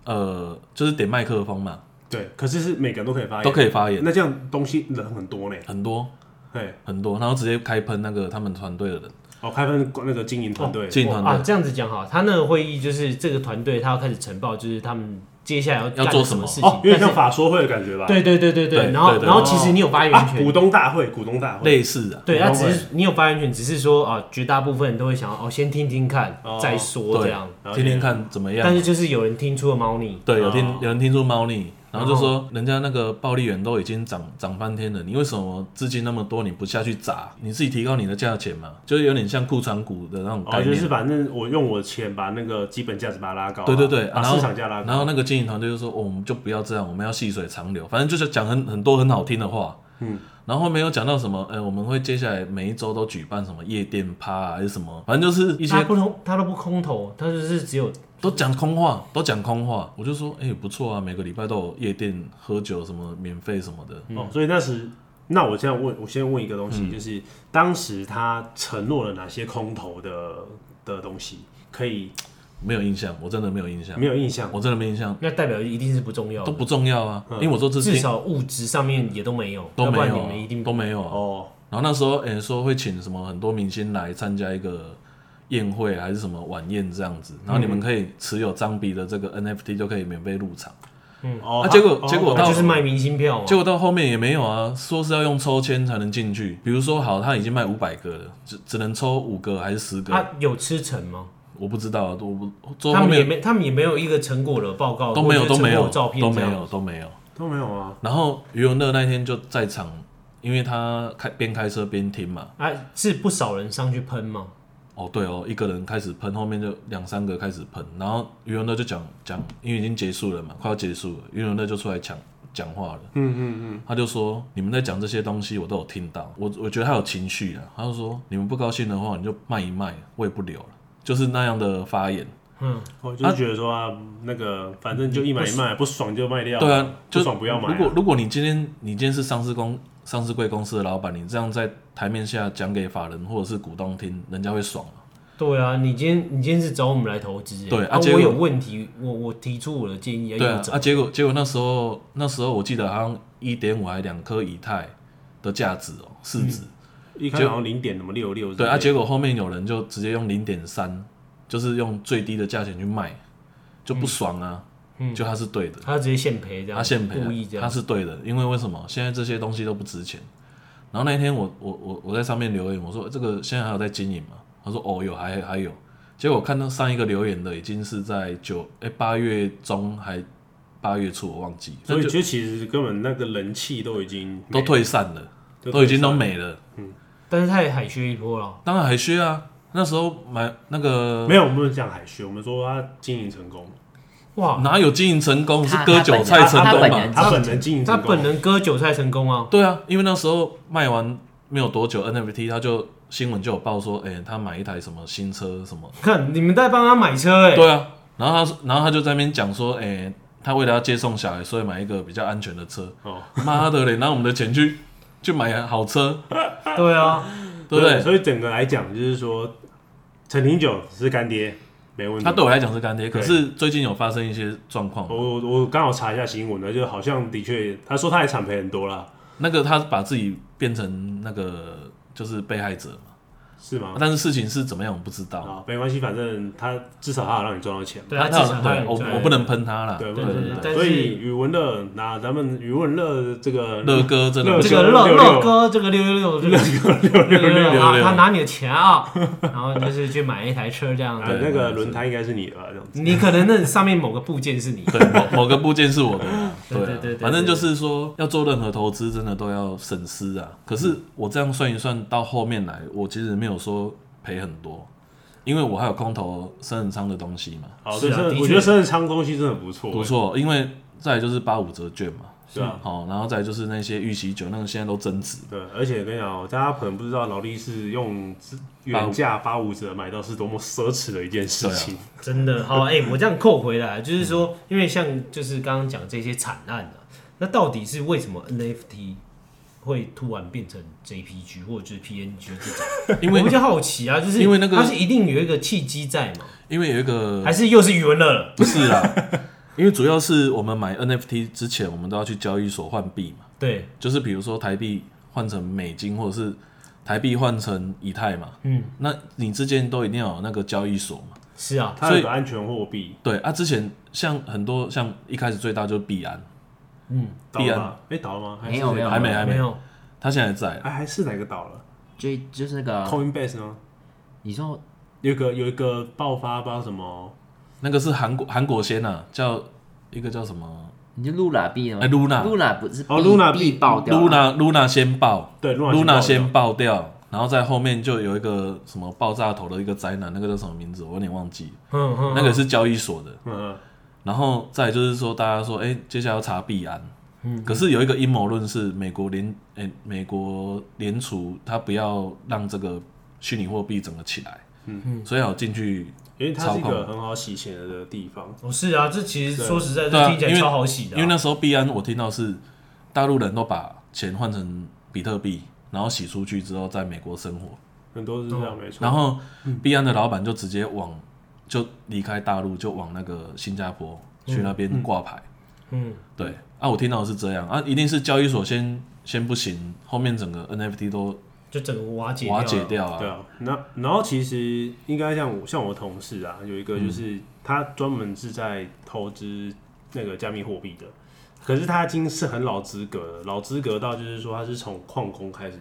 Speaker 3: 呃，就是点麦克风嘛，
Speaker 1: 对，可是是每个人都可以发言，
Speaker 3: 都可以发言，
Speaker 1: 那这样东西人很多呢，
Speaker 3: 很多。
Speaker 1: 对，
Speaker 3: 很多，然后直接开喷那个他们团队的人，
Speaker 1: 哦，开分那个经营团队，
Speaker 3: 进团
Speaker 2: 啊，
Speaker 3: 队
Speaker 2: 这样子讲好，他那个会议就是这个团队，他要开始呈报，就是他们接下来要
Speaker 3: 要
Speaker 2: 干
Speaker 3: 做
Speaker 2: 什
Speaker 3: 什么
Speaker 2: 事情
Speaker 1: 哦，，有点像
Speaker 2: 但是
Speaker 1: 法说会的感觉吧？
Speaker 2: 对对对对对，
Speaker 3: 对
Speaker 2: 然后
Speaker 3: 对对
Speaker 2: 然后其实你有发言
Speaker 1: 啊，
Speaker 2: 权
Speaker 1: 股，东大会，股东大会，
Speaker 3: 类似啊，
Speaker 2: 对，
Speaker 1: 股
Speaker 2: 他
Speaker 1: 东
Speaker 2: 只
Speaker 1: 会
Speaker 2: 是你有发言权，只是说啊，绝大部分人都会想要哦，先听听看
Speaker 1: 哦
Speaker 2: 再说这
Speaker 3: 对啊
Speaker 2: 样，，
Speaker 1: 了解
Speaker 3: 听听看怎么样
Speaker 2: 但。是就是有人听出了猫腻，
Speaker 3: 对，有听
Speaker 1: 哦
Speaker 3: 有人听出猫腻，然后就
Speaker 2: 然后
Speaker 3: 说人家那个暴力员都已经涨涨翻天了，你为什么资金那么多你不下去砸？你自己提高你的价钱嘛，就是有点像库存股的那种概
Speaker 1: 哦，就
Speaker 3: 念。
Speaker 1: 是反正我用我的钱把那个基本价值把它拉高啊，
Speaker 3: 对对对，
Speaker 1: 把
Speaker 3: 然后
Speaker 1: 市场价拉高，
Speaker 3: 然后那个经营团队就说、哦我们就不要这样，我们要细水长流，反正就是讲很很多很好听的话。嗯，然后后面又讲到什么，呃，我们会接下来每一周都举办什么夜店趴啊，还是什么，反正就是一些
Speaker 2: 他不通，他都不空投，他就是只有
Speaker 3: 都讲空话，都讲空话。我就说，哎、不错啊，每个礼拜都有夜店喝酒，什么免费什么的。
Speaker 1: 哦，所以那时，那我现在问，我先问一个东
Speaker 3: 嗯
Speaker 1: 西，就是当时他承诺了哪些空头的的东西，可以
Speaker 3: 没有印象，我真的没有印象
Speaker 1: 没，有印象？
Speaker 3: 我真的没印象，
Speaker 2: 那代表一定是不重要
Speaker 3: 都
Speaker 2: 的，
Speaker 3: 不重要啊。因为我说这
Speaker 2: 嗯至少物质上面也都没有，
Speaker 3: 都
Speaker 2: 要不
Speaker 3: 没
Speaker 2: 然
Speaker 3: 有
Speaker 2: 你
Speaker 3: 啊、
Speaker 2: 们一定
Speaker 3: 都没有啊、
Speaker 1: 哦，
Speaker 3: 然后那时候，哎、说会请什么很多明星来参加一个宴会还是什么晚宴这样子，然后你们可以持有张比的这个 NFT 就可以免费入场。
Speaker 2: 嗯
Speaker 5: 哦
Speaker 3: 啊结果结果
Speaker 2: 我
Speaker 3: 到
Speaker 2: 就是卖明星票嘛。啊
Speaker 3: 结果到后面也没有啊，说是要用抽签才能进去。比如说，好，他已经卖五百个了，只只能抽五个还是十个，
Speaker 2: 他有吃成吗？
Speaker 3: 我不知道啊，我不最
Speaker 2: 他
Speaker 3: 后
Speaker 2: 们也
Speaker 3: 面
Speaker 2: 没，他们也没有一个成果的报告，
Speaker 3: 都没有
Speaker 2: 或者
Speaker 3: 都
Speaker 2: 是
Speaker 3: 没
Speaker 2: 成
Speaker 3: 有
Speaker 2: 果照片
Speaker 3: 都没
Speaker 2: 这样
Speaker 3: 有都没有。
Speaker 1: 都没有啊。
Speaker 3: 然后余文乐那天就在场，因为他开边开车边听嘛。
Speaker 2: 啊，是不少人上去喷吗？
Speaker 3: 哦，对哦，一个人开始喷，后面就两三个开始喷，然后余文乐就讲讲，因为已经结束了嘛，快要结束了，余文乐就出来讲讲话了。嗯嗯嗯，他就说你们在讲这些东西，我都有听到，我我觉得他有情绪啊，他就说你们不高兴的话，你就卖一卖，我也不留了，就是那样的发言。
Speaker 2: 嗯，
Speaker 1: 我就是觉得说啊，那个反正就一买一卖，不爽就卖掉。
Speaker 3: 对啊，就
Speaker 1: 不爽不要买啊。
Speaker 3: 如果如果你今天你今天是上市公上市贵公司的老板，你这样在台面下讲给法人或者是股东听，人家会爽吗？
Speaker 2: 对啊，你今天你今天是找我们来投资欸，
Speaker 3: 对啊
Speaker 2: 啊，
Speaker 3: 结果
Speaker 2: 我有问题，我我提出我的建
Speaker 1: 哎
Speaker 2: 议，
Speaker 3: 对
Speaker 2: 要
Speaker 3: 啊，
Speaker 2: 怎
Speaker 3: 啊，
Speaker 2: 么
Speaker 3: 结果结果那时候那时候我记得好像一点五还两颗以太的价值哦、市值。
Speaker 1: 嗯一开始好像零点什么六六，
Speaker 3: 对啊，结果后面有人就直接用零点三，就是用最低的价钱去卖，就
Speaker 1: 嗯
Speaker 3: 不爽啊，就他是对的，
Speaker 2: 他直接现赔这样，
Speaker 3: 他现赔啊
Speaker 2: 故意这，
Speaker 3: 他
Speaker 2: 样，
Speaker 3: 是对的，因为为什么现在这些东西都不值钱？然后那一天我我我我在上面留言，我说这个现在还有在经营吗？他说哦有还还有，结果我看到上一个留言的已经是在九哎八月中还八月初我忘记，
Speaker 1: 所
Speaker 3: 那
Speaker 1: 以
Speaker 3: 就
Speaker 1: 就其实根本那个人气都已经
Speaker 3: 都退散了，都已经都没了，
Speaker 2: 但是他也海削一波了，
Speaker 3: 当然还需啊。那时候买那个
Speaker 1: 没有，我们不能讲海削，我们说他经营成功，
Speaker 2: 哇，
Speaker 3: 哪有经营成功？是
Speaker 4: 他
Speaker 3: 割韭菜成
Speaker 4: 他
Speaker 3: 功啊
Speaker 4: 本
Speaker 3: 嘛
Speaker 4: 人？
Speaker 1: 他本人
Speaker 3: 嗯
Speaker 1: 经营
Speaker 2: 他
Speaker 1: 成功
Speaker 2: 本
Speaker 1: 啊，
Speaker 2: 人割韭菜成功啊，
Speaker 3: 对啊，因为那时候卖完没有多久，NFT 他就新闻就有报说，哎、他买一台什么新车什么。
Speaker 2: 看你们在帮他买车哎，
Speaker 3: 对啊，然后他然后他就在那边讲说，哎、他为了要接送小孩，所以买一个比较安全的车。
Speaker 1: 哦
Speaker 3: 妈的嘞，拿我们的钱去去买好车，
Speaker 2: 对啊，
Speaker 3: 对不对？
Speaker 1: 所以整个来讲，就是说陈廷九是干爹，没问题。
Speaker 3: 他对我来讲是干爹，
Speaker 1: 对
Speaker 3: 可是最近有发生一些状况
Speaker 1: 我，我我刚好查一下新闻呢，就好像的确，他说他也惨赔很多啦，
Speaker 3: 那个他把自己变成那个就是被害者嘛，
Speaker 1: 是吗？
Speaker 3: 但是事情是怎么样我不知道。
Speaker 1: 啊，没关系，反正他至少他有让你赚到钱嘛。
Speaker 2: 对啊，
Speaker 3: 那
Speaker 2: 至少他
Speaker 3: 对
Speaker 2: 有
Speaker 3: 我
Speaker 2: 赚
Speaker 3: 我不能喷他啦，
Speaker 1: 啊对，
Speaker 3: 对
Speaker 1: 不能
Speaker 3: 对
Speaker 1: 说
Speaker 3: 对
Speaker 2: 但是
Speaker 1: 所以宇文乐，那咱们宇文乐这个
Speaker 3: 乐哥真的
Speaker 1: 乐
Speaker 2: 这个
Speaker 1: 六
Speaker 2: 乐
Speaker 1: 六
Speaker 2: 乐哥，这个六六六，这个六六
Speaker 3: 六
Speaker 2: 啊，
Speaker 3: 六
Speaker 2: 他拿你的钱啊，然后就是去买一台车这样
Speaker 1: 啊
Speaker 2: 子。
Speaker 1: 那个轮胎应该是你的吧？这样子
Speaker 2: 你可能那上面某个部件是你，
Speaker 3: 对某某个部件是我的啦，
Speaker 2: 对对
Speaker 3: 啊
Speaker 2: 对对
Speaker 3: 反正就是说要做任何投资，真的都要省思啊。可是
Speaker 2: 嗯
Speaker 3: 我这样算一算，到后面来，我其实没有说赔很多，因为我还有空投深人仓的东西嘛，
Speaker 1: 好，
Speaker 2: 是
Speaker 1: 对，
Speaker 2: 啊
Speaker 1: 生日
Speaker 2: 的确
Speaker 1: 我觉得生日仓东西真的不错，
Speaker 3: 不错，因为再来就是八五折券嘛，
Speaker 1: 对啊，
Speaker 3: 好，然后再来就是那些预期酒，那个现在都增值，
Speaker 1: 对，而且跟你讲哦，大家可能不知道劳力士用原价八五折买到是多么奢侈的一件事情。
Speaker 2: 真的好哎、我这样扣回来，就是说，因为像就是刚刚讲这些惨案啊，那到底是为什么 NFT 会突然变成 JPG 或者就是 PNG 这种？
Speaker 3: 因为
Speaker 2: 我比较好奇啊，就是
Speaker 3: 因为那个
Speaker 2: 它是一定有一个契机在嘛，
Speaker 3: 因为有一个
Speaker 2: 还是又是余文乐了？
Speaker 3: 不是啦，因为主要是我们买 NFT 之前，我们都要去交易所换币嘛。
Speaker 2: 对，
Speaker 3: 就是比如说台币换成美金，或者是台币换成以太嘛，
Speaker 2: 嗯，
Speaker 3: 那你之间都一定要有那个交易所嘛。
Speaker 2: 是啊，
Speaker 1: 它有个安全货币，
Speaker 3: 对啊，之前像很多像一开始最大就是币安，
Speaker 1: 倒
Speaker 3: 必
Speaker 1: 了
Speaker 3: 然
Speaker 1: 吗？哎，倒了吗？还是
Speaker 4: 没有没有
Speaker 3: 还没还
Speaker 2: 没
Speaker 3: 没，
Speaker 2: 有
Speaker 3: 他现在在，啊
Speaker 1: 哎，还是哪个倒了
Speaker 4: 就就是那个
Speaker 1: ？Coinbase 吗？
Speaker 4: 你说
Speaker 1: 有一个有一个爆发，不知道什么，
Speaker 3: 那个是韩国韩国先啊，叫一个叫什么
Speaker 4: 你就露娜币了吗？
Speaker 3: 哎，Luna
Speaker 4: 露娜不是
Speaker 1: 哦，Luna 币
Speaker 4: 币爆掉
Speaker 3: Luna
Speaker 4: 了，
Speaker 3: Luna 先爆
Speaker 1: 对，Luna 先爆
Speaker 3: ，Luna
Speaker 1: 掉
Speaker 3: 先爆掉，然后在后面就有一个什么爆炸头的一个宅男，那个叫什么名字我有点忘记，
Speaker 2: 嗯嗯，
Speaker 3: 那个是交易所的，
Speaker 1: 嗯，
Speaker 3: 然后再来就是说，大家说，哎、接下来要查币安，可是有一个阴谋论是美国联，哎、美国联储它不要让这个虚拟货币整个起来，嗯，所以要进去，
Speaker 1: 因为它是一
Speaker 3: 操
Speaker 1: 个
Speaker 3: 控
Speaker 1: 很好洗钱的地方。
Speaker 2: 哦是啊，这其实说实在，
Speaker 3: 对
Speaker 2: 这
Speaker 3: 啊
Speaker 2: 听起来
Speaker 3: 因为
Speaker 2: 超好洗的、
Speaker 3: 因
Speaker 2: 啊
Speaker 3: 为那时候币安我听到是大陆人都把钱换成比特币，然后洗出去之后在美国生活，
Speaker 1: 很多是这
Speaker 4: 啊
Speaker 1: 样，没错。
Speaker 3: 然后币安的老板就直接往就离开大陆，就往那个新加坡去那边挂牌。
Speaker 2: 嗯，
Speaker 3: 对啊，我听到的是这样啊，一定是交易所先先不行，后面整个 NFT 都
Speaker 2: 就整个瓦解
Speaker 3: 瓦解
Speaker 2: 了。
Speaker 3: 掉啊
Speaker 1: 对。啊，那然后其实应该像我像我同事啊，有一个就是他专门是在投资那个加密货币的，可是他已经是很老资格了，老资格到就是说他是从矿工开始，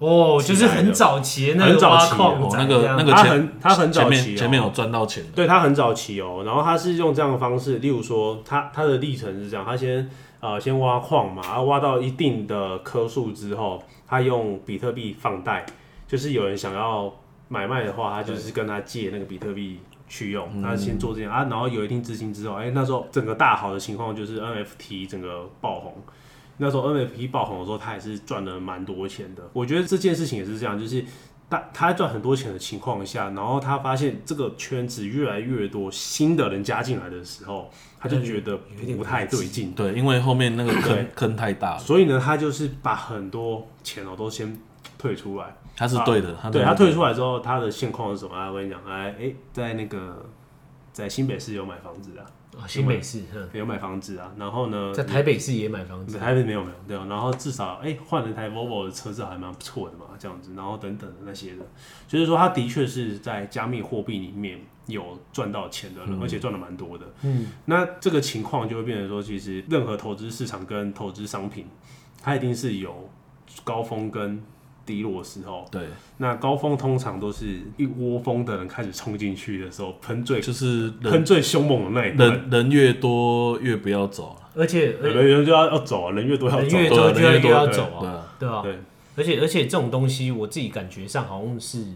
Speaker 2: 哦，就是很早期的那个
Speaker 1: 很早期
Speaker 2: 挖矿
Speaker 3: 哦
Speaker 2: 仔
Speaker 3: 那个
Speaker 2: 这样
Speaker 3: 那个
Speaker 1: 他
Speaker 3: 前
Speaker 1: 很他很早
Speaker 3: 前
Speaker 1: 期、
Speaker 3: 面
Speaker 1: 哦
Speaker 3: 前面有赚到钱的，
Speaker 1: 对他很早期哦，然后他是用这样的方式，例如说他他的历程是这样，他先呃先挖矿嘛，然后挖到一定的颗数之后，他用比特币放贷，就是有人想要买卖的话，他就是跟他借那个比特币去用，他先做这样啊，然后有一定资金之后，哎、那时候整个大好的情况就是 NFT 整个爆红。那时候 NFT 爆红的时候，他也是赚了蛮多钱的。我觉得这件事情也是这样，就是他他在赚很多钱的情况下，然后他发现这个圈子越来越多新的人加进来的时候，他就觉得不太对劲，
Speaker 3: 对，因为后面那个
Speaker 1: 对
Speaker 3: 坑坑太大了，
Speaker 1: 所以呢，他就是把很多钱哦都先退出来。
Speaker 3: 他是对的，
Speaker 1: 啊对他退
Speaker 3: 出
Speaker 1: 出来之后，他的现况是什么啊？我跟你讲，哎哎、在那个在新北市有买房子啊，
Speaker 2: 啊新北市，嗯
Speaker 1: 有买房子啊，然后呢，
Speaker 2: 在台北市也买房子，
Speaker 1: 台北没有没有对啊，然后至少哎换、了台 Volvo 的车子还蛮不错的嘛，这样子，然后等等的那些的，就是说他的确是在加密货币里面有赚到钱的人，而且赚的蛮多的。嗯，那这个情况就会变成说，其实任何投资市场跟投资商品，它一定是有高峰跟低落的时候。
Speaker 3: 对，
Speaker 1: 那高峰通常都是一窝蜂的人开始冲进去的时候，喷最
Speaker 3: 就是
Speaker 1: 喷
Speaker 3: 人
Speaker 1: 最凶猛的那一段，
Speaker 3: 人人越多越不要走啊了，
Speaker 2: 啊而且而
Speaker 1: 人人就要要走啊，人越多要
Speaker 2: 人
Speaker 1: 走啊。
Speaker 2: 越
Speaker 3: 对
Speaker 2: 多
Speaker 3: 啊
Speaker 2: 就
Speaker 3: 人越
Speaker 2: 越
Speaker 3: 多
Speaker 2: 要
Speaker 1: 对
Speaker 2: 走
Speaker 3: 对
Speaker 2: 啊，
Speaker 3: 啊，
Speaker 2: 对啊，
Speaker 1: 对，
Speaker 2: 而且而且这种东西，我自己感觉上好像是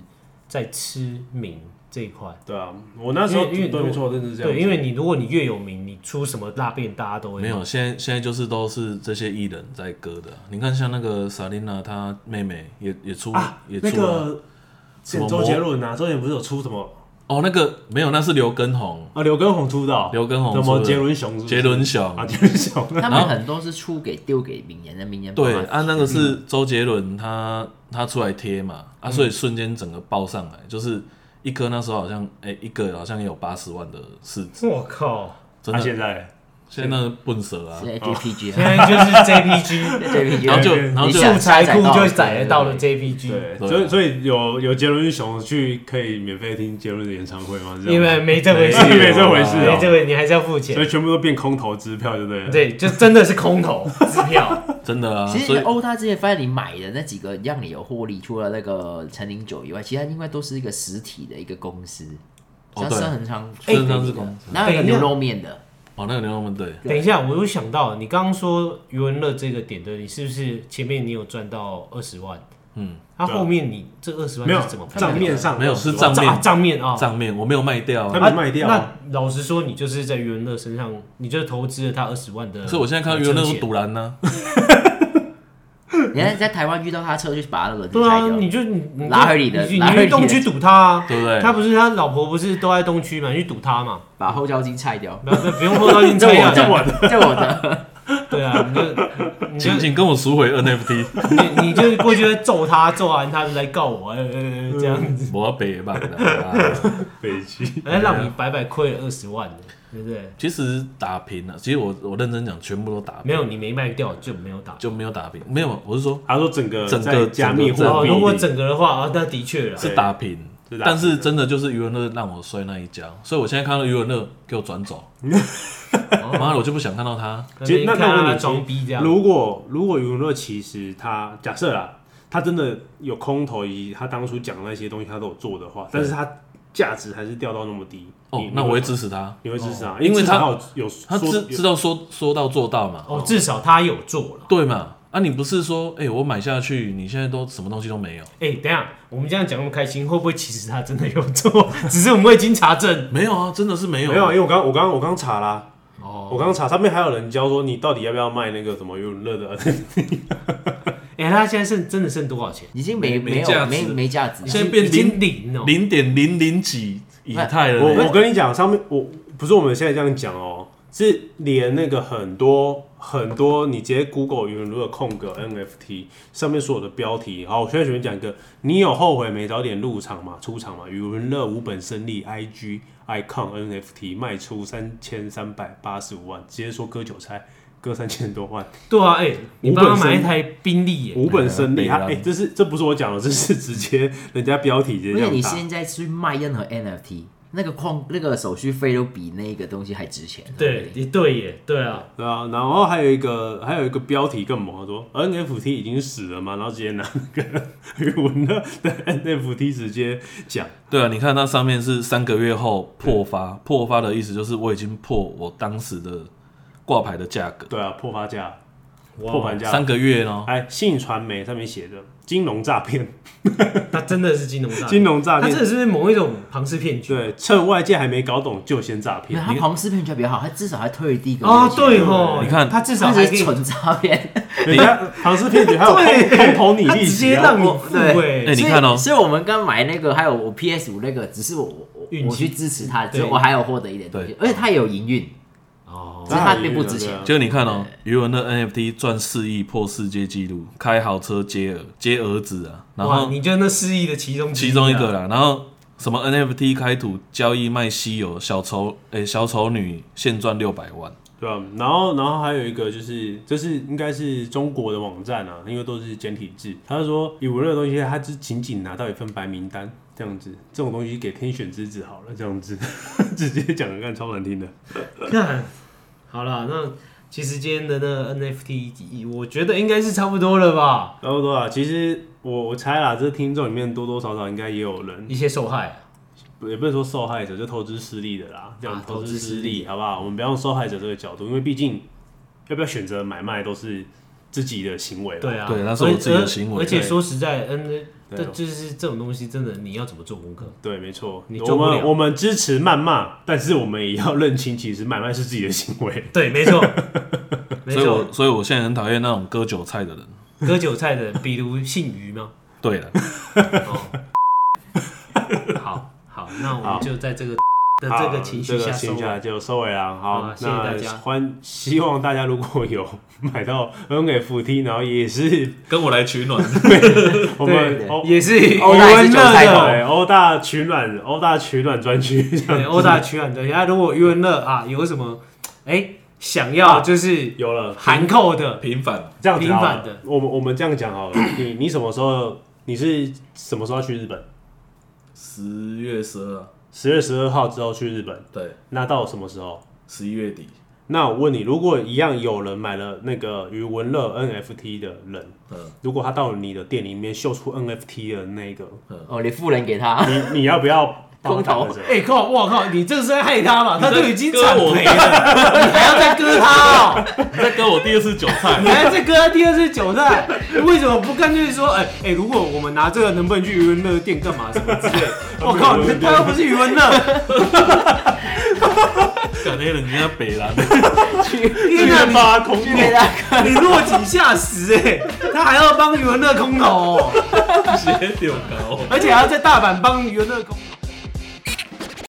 Speaker 2: 在吃名这一块。
Speaker 1: 对啊，我那时候
Speaker 2: 因为因为
Speaker 1: 对
Speaker 2: 如
Speaker 1: 没错，真的是这样子。
Speaker 2: 对，因为你如果你越有名，你出什么大便大家都会
Speaker 3: 没有，现在现在就是都是这些艺人在割的啊。你看，像那个萨琳娜，她妹妹也也出、
Speaker 1: 啊，
Speaker 3: 也出
Speaker 1: 那
Speaker 3: 了、
Speaker 1: 个
Speaker 3: 什么
Speaker 1: 周杰
Speaker 3: 魔
Speaker 1: 伦啊，周杰伦不是有出什么
Speaker 3: 哦，那个没有，那是刘畊宏、
Speaker 1: 啊？刘畊宏出道，
Speaker 3: 刘畊宏
Speaker 1: 什
Speaker 3: 出
Speaker 1: 么
Speaker 3: 的
Speaker 1: 杰伦熊是不是，
Speaker 3: 杰伦熊。
Speaker 1: 啊，杰伦熊，
Speaker 4: 他们很多是出给丢给名人的名人
Speaker 3: 对
Speaker 4: 帮忙
Speaker 3: 啊，那个是周杰伦他他出来贴嘛啊，所以瞬间整个爆上来，就是一颗那时候好像哎、一个好像也有八十万的市值，
Speaker 2: 我靠，
Speaker 3: 真
Speaker 1: 他啊
Speaker 3: 的
Speaker 1: 现在
Speaker 3: 现在那个笨蛇啊
Speaker 4: 是，JPG
Speaker 2: 现
Speaker 4: 啦
Speaker 2: 在就是 JPG
Speaker 4: ，JPG，
Speaker 3: 然后就
Speaker 4: 你
Speaker 3: 然后就
Speaker 2: 素材库就载得到了
Speaker 4: 对
Speaker 2: JPG，
Speaker 1: 对，
Speaker 3: 对啊
Speaker 1: 所以所以有有杰伦熊去可以免费听杰伦的演唱会吗？这样
Speaker 2: 因为没这回事，哦
Speaker 1: 没没这回
Speaker 3: 哦
Speaker 1: 事
Speaker 2: 没这
Speaker 1: 啊，
Speaker 2: 回你还是要
Speaker 1: 所
Speaker 2: 付
Speaker 1: 以
Speaker 2: 钱。
Speaker 1: 全部都变空头支票，就对了。
Speaker 2: 对，就真的是空头支 票。
Speaker 3: 真的啊，
Speaker 4: 其实
Speaker 3: 所
Speaker 4: 你
Speaker 3: 以
Speaker 4: 欧大之前发现你买的那几个让你有获利，除了那个陈零九以外，其他应该都是一个实体的一个公司，
Speaker 3: 哦
Speaker 4: 像
Speaker 3: 对
Speaker 4: 深恒昌，
Speaker 2: 哎
Speaker 3: 深恒昌是公司
Speaker 4: 哪有一个
Speaker 2: 等一下
Speaker 4: 牛肉面的？
Speaker 3: 哦那个牛肉面对，
Speaker 2: 等一下，我又想到你刚刚说余文乐这个点的，你是不是前面你有赚到二十万？
Speaker 3: 嗯，啊
Speaker 2: 那
Speaker 1: 对啊
Speaker 2: 后面你这二十万
Speaker 1: 没有
Speaker 2: 是怎么分配的
Speaker 1: 账面上
Speaker 3: 没有是
Speaker 1: 吧
Speaker 3: 账面
Speaker 2: 啊账面啊，
Speaker 3: 账面我没有卖掉、
Speaker 1: 他
Speaker 3: 啊，
Speaker 1: 没卖掉啊。
Speaker 2: 那老实说，你就是在余文乐身上，你就投资了他二十万的。
Speaker 3: 可啊是我现在看到原来那种
Speaker 2: 赌。
Speaker 3: 赌蓝啊呢、
Speaker 4: 你看在台湾遇到他车，就把他的轮子
Speaker 2: 对
Speaker 4: 拆
Speaker 2: 啊
Speaker 4: 掉，。
Speaker 2: 你就你你就
Speaker 4: 拉回你的
Speaker 2: 你去
Speaker 4: 拉
Speaker 2: 你
Speaker 4: 回
Speaker 2: 去
Speaker 4: 你的
Speaker 2: 东区堵他啊，
Speaker 3: 对不对
Speaker 2: 他不是他老婆不是都在东区嘛？你去堵他嘛，，
Speaker 4: 把后照镜拆掉
Speaker 2: 不要不不用后到进车
Speaker 3: 啊
Speaker 2: 呀。
Speaker 1: 这我的
Speaker 4: 这我的，
Speaker 2: 对啊，你就你就
Speaker 3: 请请跟我赎回 NFT，
Speaker 2: 你你 就过去揍他，揍完他就来告我，呃呃呃这样子，
Speaker 3: 我要北吧。啊
Speaker 1: 北极，
Speaker 2: 哎，让你白白亏了二十万，对不对？
Speaker 3: 其实打平了、啊其实我我认真讲，全部都打平，
Speaker 2: 没有你没卖掉就没有打。
Speaker 3: 就没有打平，没有，我是说
Speaker 1: 他说整个
Speaker 3: 整个
Speaker 1: 在加密
Speaker 3: 整个
Speaker 1: 货
Speaker 2: 哦，
Speaker 1: 币
Speaker 2: 如果
Speaker 1: 里，
Speaker 2: 整个的话啊，那的确了，
Speaker 3: 是打平，
Speaker 1: 是打平
Speaker 3: 但是真的就是余文乐让我摔那一跤，所以我现在看到余文乐给我转 走，妈的，我就不想看到他。
Speaker 1: 其实那
Speaker 2: 那边
Speaker 1: 那我
Speaker 2: 看
Speaker 1: 问
Speaker 2: 他
Speaker 1: 你
Speaker 2: 装逼这样，
Speaker 1: 如果如果余文乐其实他假设啦，他真的有空头，以及他当初讲的那些东西他都有做的话，但是他价值还是掉到那么低。
Speaker 3: 哦
Speaker 1: 你，
Speaker 3: 那我
Speaker 1: 会
Speaker 3: 会支持他，
Speaker 1: 你会支持他，
Speaker 3: 因为
Speaker 1: 至
Speaker 3: 他
Speaker 1: 少有有
Speaker 3: 他
Speaker 1: 说
Speaker 3: 知
Speaker 1: 有
Speaker 3: 知道说说到做到嘛，
Speaker 2: 哦，至少他有做了。
Speaker 3: 对嘛？啊，你不是说，哎，我买下去，你现在都什么东西都没有？
Speaker 2: 哎、等一下，我们这样讲那么开心，会不会其实他真的有做？ 只是我们未经查证。
Speaker 3: 没有啊，真的是没有，
Speaker 1: 没有，因为我刚我刚我刚查啦，
Speaker 2: 哦，
Speaker 1: 我刚查上面还有人教说你到底要不要卖那个什么余文乐的，
Speaker 2: 哎、他现在剩真的剩多少钱？
Speaker 4: 已经没
Speaker 3: 没
Speaker 4: 没
Speaker 3: 价
Speaker 4: 有
Speaker 3: 值
Speaker 4: 没没价值
Speaker 3: 你。现在变
Speaker 2: 已经
Speaker 3: 零
Speaker 2: 零哦、
Speaker 3: 零点零零几以太了
Speaker 1: 我我
Speaker 3: 呢。
Speaker 1: 跟你讲，上面我不是我们现在这样讲哦、是连那个很多很多，你直接 Google 云如的空格 NFT 上面所有的标题，好，我现在随便讲一个，你有后悔没早点入场吗？出场吗？余文乐无本生利 IG icon NFT 卖出三千三百八十五万，直接说割韭菜，各三千多万，
Speaker 2: 对啊，哎，你帮
Speaker 1: 五
Speaker 2: 他
Speaker 1: 本身
Speaker 2: 买一台宾利耶，
Speaker 1: 无本生利。
Speaker 3: 对啊
Speaker 1: 他哎、这是这不是我讲的，这是直接人家标题直接
Speaker 4: 而
Speaker 1: 这
Speaker 4: 且
Speaker 1: 样
Speaker 4: 你
Speaker 1: 打。
Speaker 4: 现在去卖任何 NFT，那个矿那个手续费都比那个东西还值钱。
Speaker 2: 对，也对耶，对啊，
Speaker 1: 对啊，然后还有一个还有一个标题更猛，他啊说 NFT 已经死了嘛，然后直接拿那个 语文的 NFT 直接讲，
Speaker 3: 对啊，你看那上面是三个月后破发，破发的意思就是我已经破我当时的挂牌的价格，
Speaker 1: 对啊，破发价、
Speaker 2: 哇
Speaker 1: 破盘价，
Speaker 3: 三个月哦，
Speaker 1: 哎，信传媒上面写着金融诈 骗，
Speaker 2: 他真的是金融诈，
Speaker 1: 金融诈
Speaker 2: 他
Speaker 1: 骗
Speaker 2: 真，的是某一种庞氏骗局。
Speaker 1: 对，趁外界还没搞懂就先诈
Speaker 4: 因为
Speaker 1: 骗，
Speaker 4: 他庞氏骗局比较好，他至少还退了第一个
Speaker 2: 哦，
Speaker 4: 月
Speaker 2: 对
Speaker 4: 钱
Speaker 2: 吼，
Speaker 3: 你看
Speaker 2: 他至少
Speaker 4: 他
Speaker 2: 还
Speaker 4: 只
Speaker 2: 可以
Speaker 4: 是纯诈骗。
Speaker 1: 人家庞氏骗局还有
Speaker 2: 啊对
Speaker 1: 空空投你
Speaker 2: 他
Speaker 1: 利
Speaker 2: 直
Speaker 1: 息
Speaker 2: 接
Speaker 1: 啊，
Speaker 2: 让你
Speaker 4: 我
Speaker 2: 付
Speaker 4: 对
Speaker 2: 哎
Speaker 3: 哎，，你
Speaker 4: 所以
Speaker 3: 看哦
Speaker 4: 所以我们刚买那个，还有我 PS 五那个，只是我我
Speaker 2: 运气
Speaker 4: 我去支持他，
Speaker 2: 对
Speaker 4: 所以我还有获得一点东西，而且他也有营运，
Speaker 2: 哦，
Speaker 4: 所以他并不值钱
Speaker 1: 对啊。
Speaker 3: 就你看哦，余文的 NFT 赚四亿破世界纪录，开豪车接儿接儿子啊，然
Speaker 2: 哇，
Speaker 3: 后
Speaker 2: 你就那失忆的其中之
Speaker 3: 其中一个
Speaker 2: 啊
Speaker 3: 啦，然后什么 NFT 开土交易卖稀有小丑，诶、小丑女现赚六百万，
Speaker 1: 对啊，然后然后还有一个就是，这是应该是中国的网站啊，因为都是简体字。他就说语文的东西，他只仅仅拿到一份白名单这样子，这种东西给天选之子好了，这样子 直接讲的看超难听的。
Speaker 2: 看，好了，那其实今天的那个 NFT，我觉得应该是差不多了吧？
Speaker 1: 然后多啊少？其实我我猜啦，这听众里面多多少少应该也有人，
Speaker 2: 一些受害，
Speaker 1: 也不是说受害者，就投资失利的啦，这样
Speaker 2: 啊
Speaker 1: 投
Speaker 2: 投资
Speaker 1: 资
Speaker 2: 失
Speaker 1: 失
Speaker 2: 利
Speaker 1: 利好不好？我们不要用受害者这个角度，因为毕竟要不要选择买卖都是自己的行为啦。
Speaker 2: 对啊，
Speaker 3: 对那是我自己的
Speaker 2: 而
Speaker 3: 行为
Speaker 2: 而且
Speaker 1: 对
Speaker 2: 说实在，N，这
Speaker 1: 对啊
Speaker 2: 就是这种东西，真的你要怎么做功课？
Speaker 1: 对，没错，
Speaker 2: 你
Speaker 1: 我
Speaker 2: 做不
Speaker 1: 们
Speaker 2: 了
Speaker 1: 我们支持谩骂，但是我们也要认清，其实买卖是自己的行为。
Speaker 2: 对，没 错，没
Speaker 3: 所以
Speaker 2: 错
Speaker 3: 我。所以我现在很讨厌那种割韭菜的人。
Speaker 2: 割韭菜的人，比如姓于吗？
Speaker 3: 对 了，
Speaker 2: 哦， 好好，那我们
Speaker 1: 好
Speaker 2: 就在这个的
Speaker 1: 好
Speaker 2: 这个情绪
Speaker 1: 这
Speaker 2: 下
Speaker 1: 个
Speaker 2: 收
Speaker 1: 情绪下
Speaker 2: 尾。
Speaker 1: 就收尾了。
Speaker 2: 好
Speaker 1: 好，
Speaker 2: 谢谢大
Speaker 1: 那
Speaker 2: 家
Speaker 1: 欢希望大家如果有买到 NFT，然后也是
Speaker 3: 跟我来取 暖。
Speaker 1: 我们哦
Speaker 4: 对
Speaker 1: 欧
Speaker 2: 也是
Speaker 1: 欧
Speaker 4: 欧大也是
Speaker 1: 文
Speaker 4: 韭菜
Speaker 1: 乐
Speaker 4: 头
Speaker 1: 的欧大取暖欧大取暖专区这
Speaker 2: 对
Speaker 1: 样
Speaker 2: 欧大取暖的，那如果余文乐啊有什么哎想要就是
Speaker 1: 有了
Speaker 2: 含扣的，
Speaker 3: 平凡，
Speaker 1: 这样子好了
Speaker 2: 平反的
Speaker 1: 我们我们这样讲好了，你你什么时候你是什么时候去日本？
Speaker 3: 十月十二啊，
Speaker 1: 十月十二号之后去日本，
Speaker 3: 对，
Speaker 1: 那到什么时候？
Speaker 3: 十一月底，
Speaker 1: 那我问你，如果一样有人买了那个余文乐 NFT 的人，
Speaker 3: 嗯
Speaker 1: 如果他到你的店里面秀出 NFT 的那个，
Speaker 4: 哦，你付人给 他，
Speaker 1: 你你要不要帮他
Speaker 4: 空投
Speaker 1: 打折
Speaker 2: 哎、靠！我靠！你这是在害他吧？他都已经
Speaker 3: 割
Speaker 2: 惨
Speaker 3: 我啊
Speaker 2: 赔了，你还要再割他哦、
Speaker 3: 你在割我第二次韭菜
Speaker 2: 你。还要再割他第二次韭菜？为什么不干脆说，哎、哎、如果我们拿这个，能不能去余文乐店干嘛什么之类的？我靠！他又不是余文乐，
Speaker 3: 感觉人家北南，
Speaker 2: 天哪！你
Speaker 1: 发空
Speaker 4: 对
Speaker 1: 投，
Speaker 4: 的，
Speaker 2: 你落井下石哎、他还要帮余文乐空投哦、
Speaker 3: 直接丢高。
Speaker 2: 而且还要在大阪帮余文乐空投。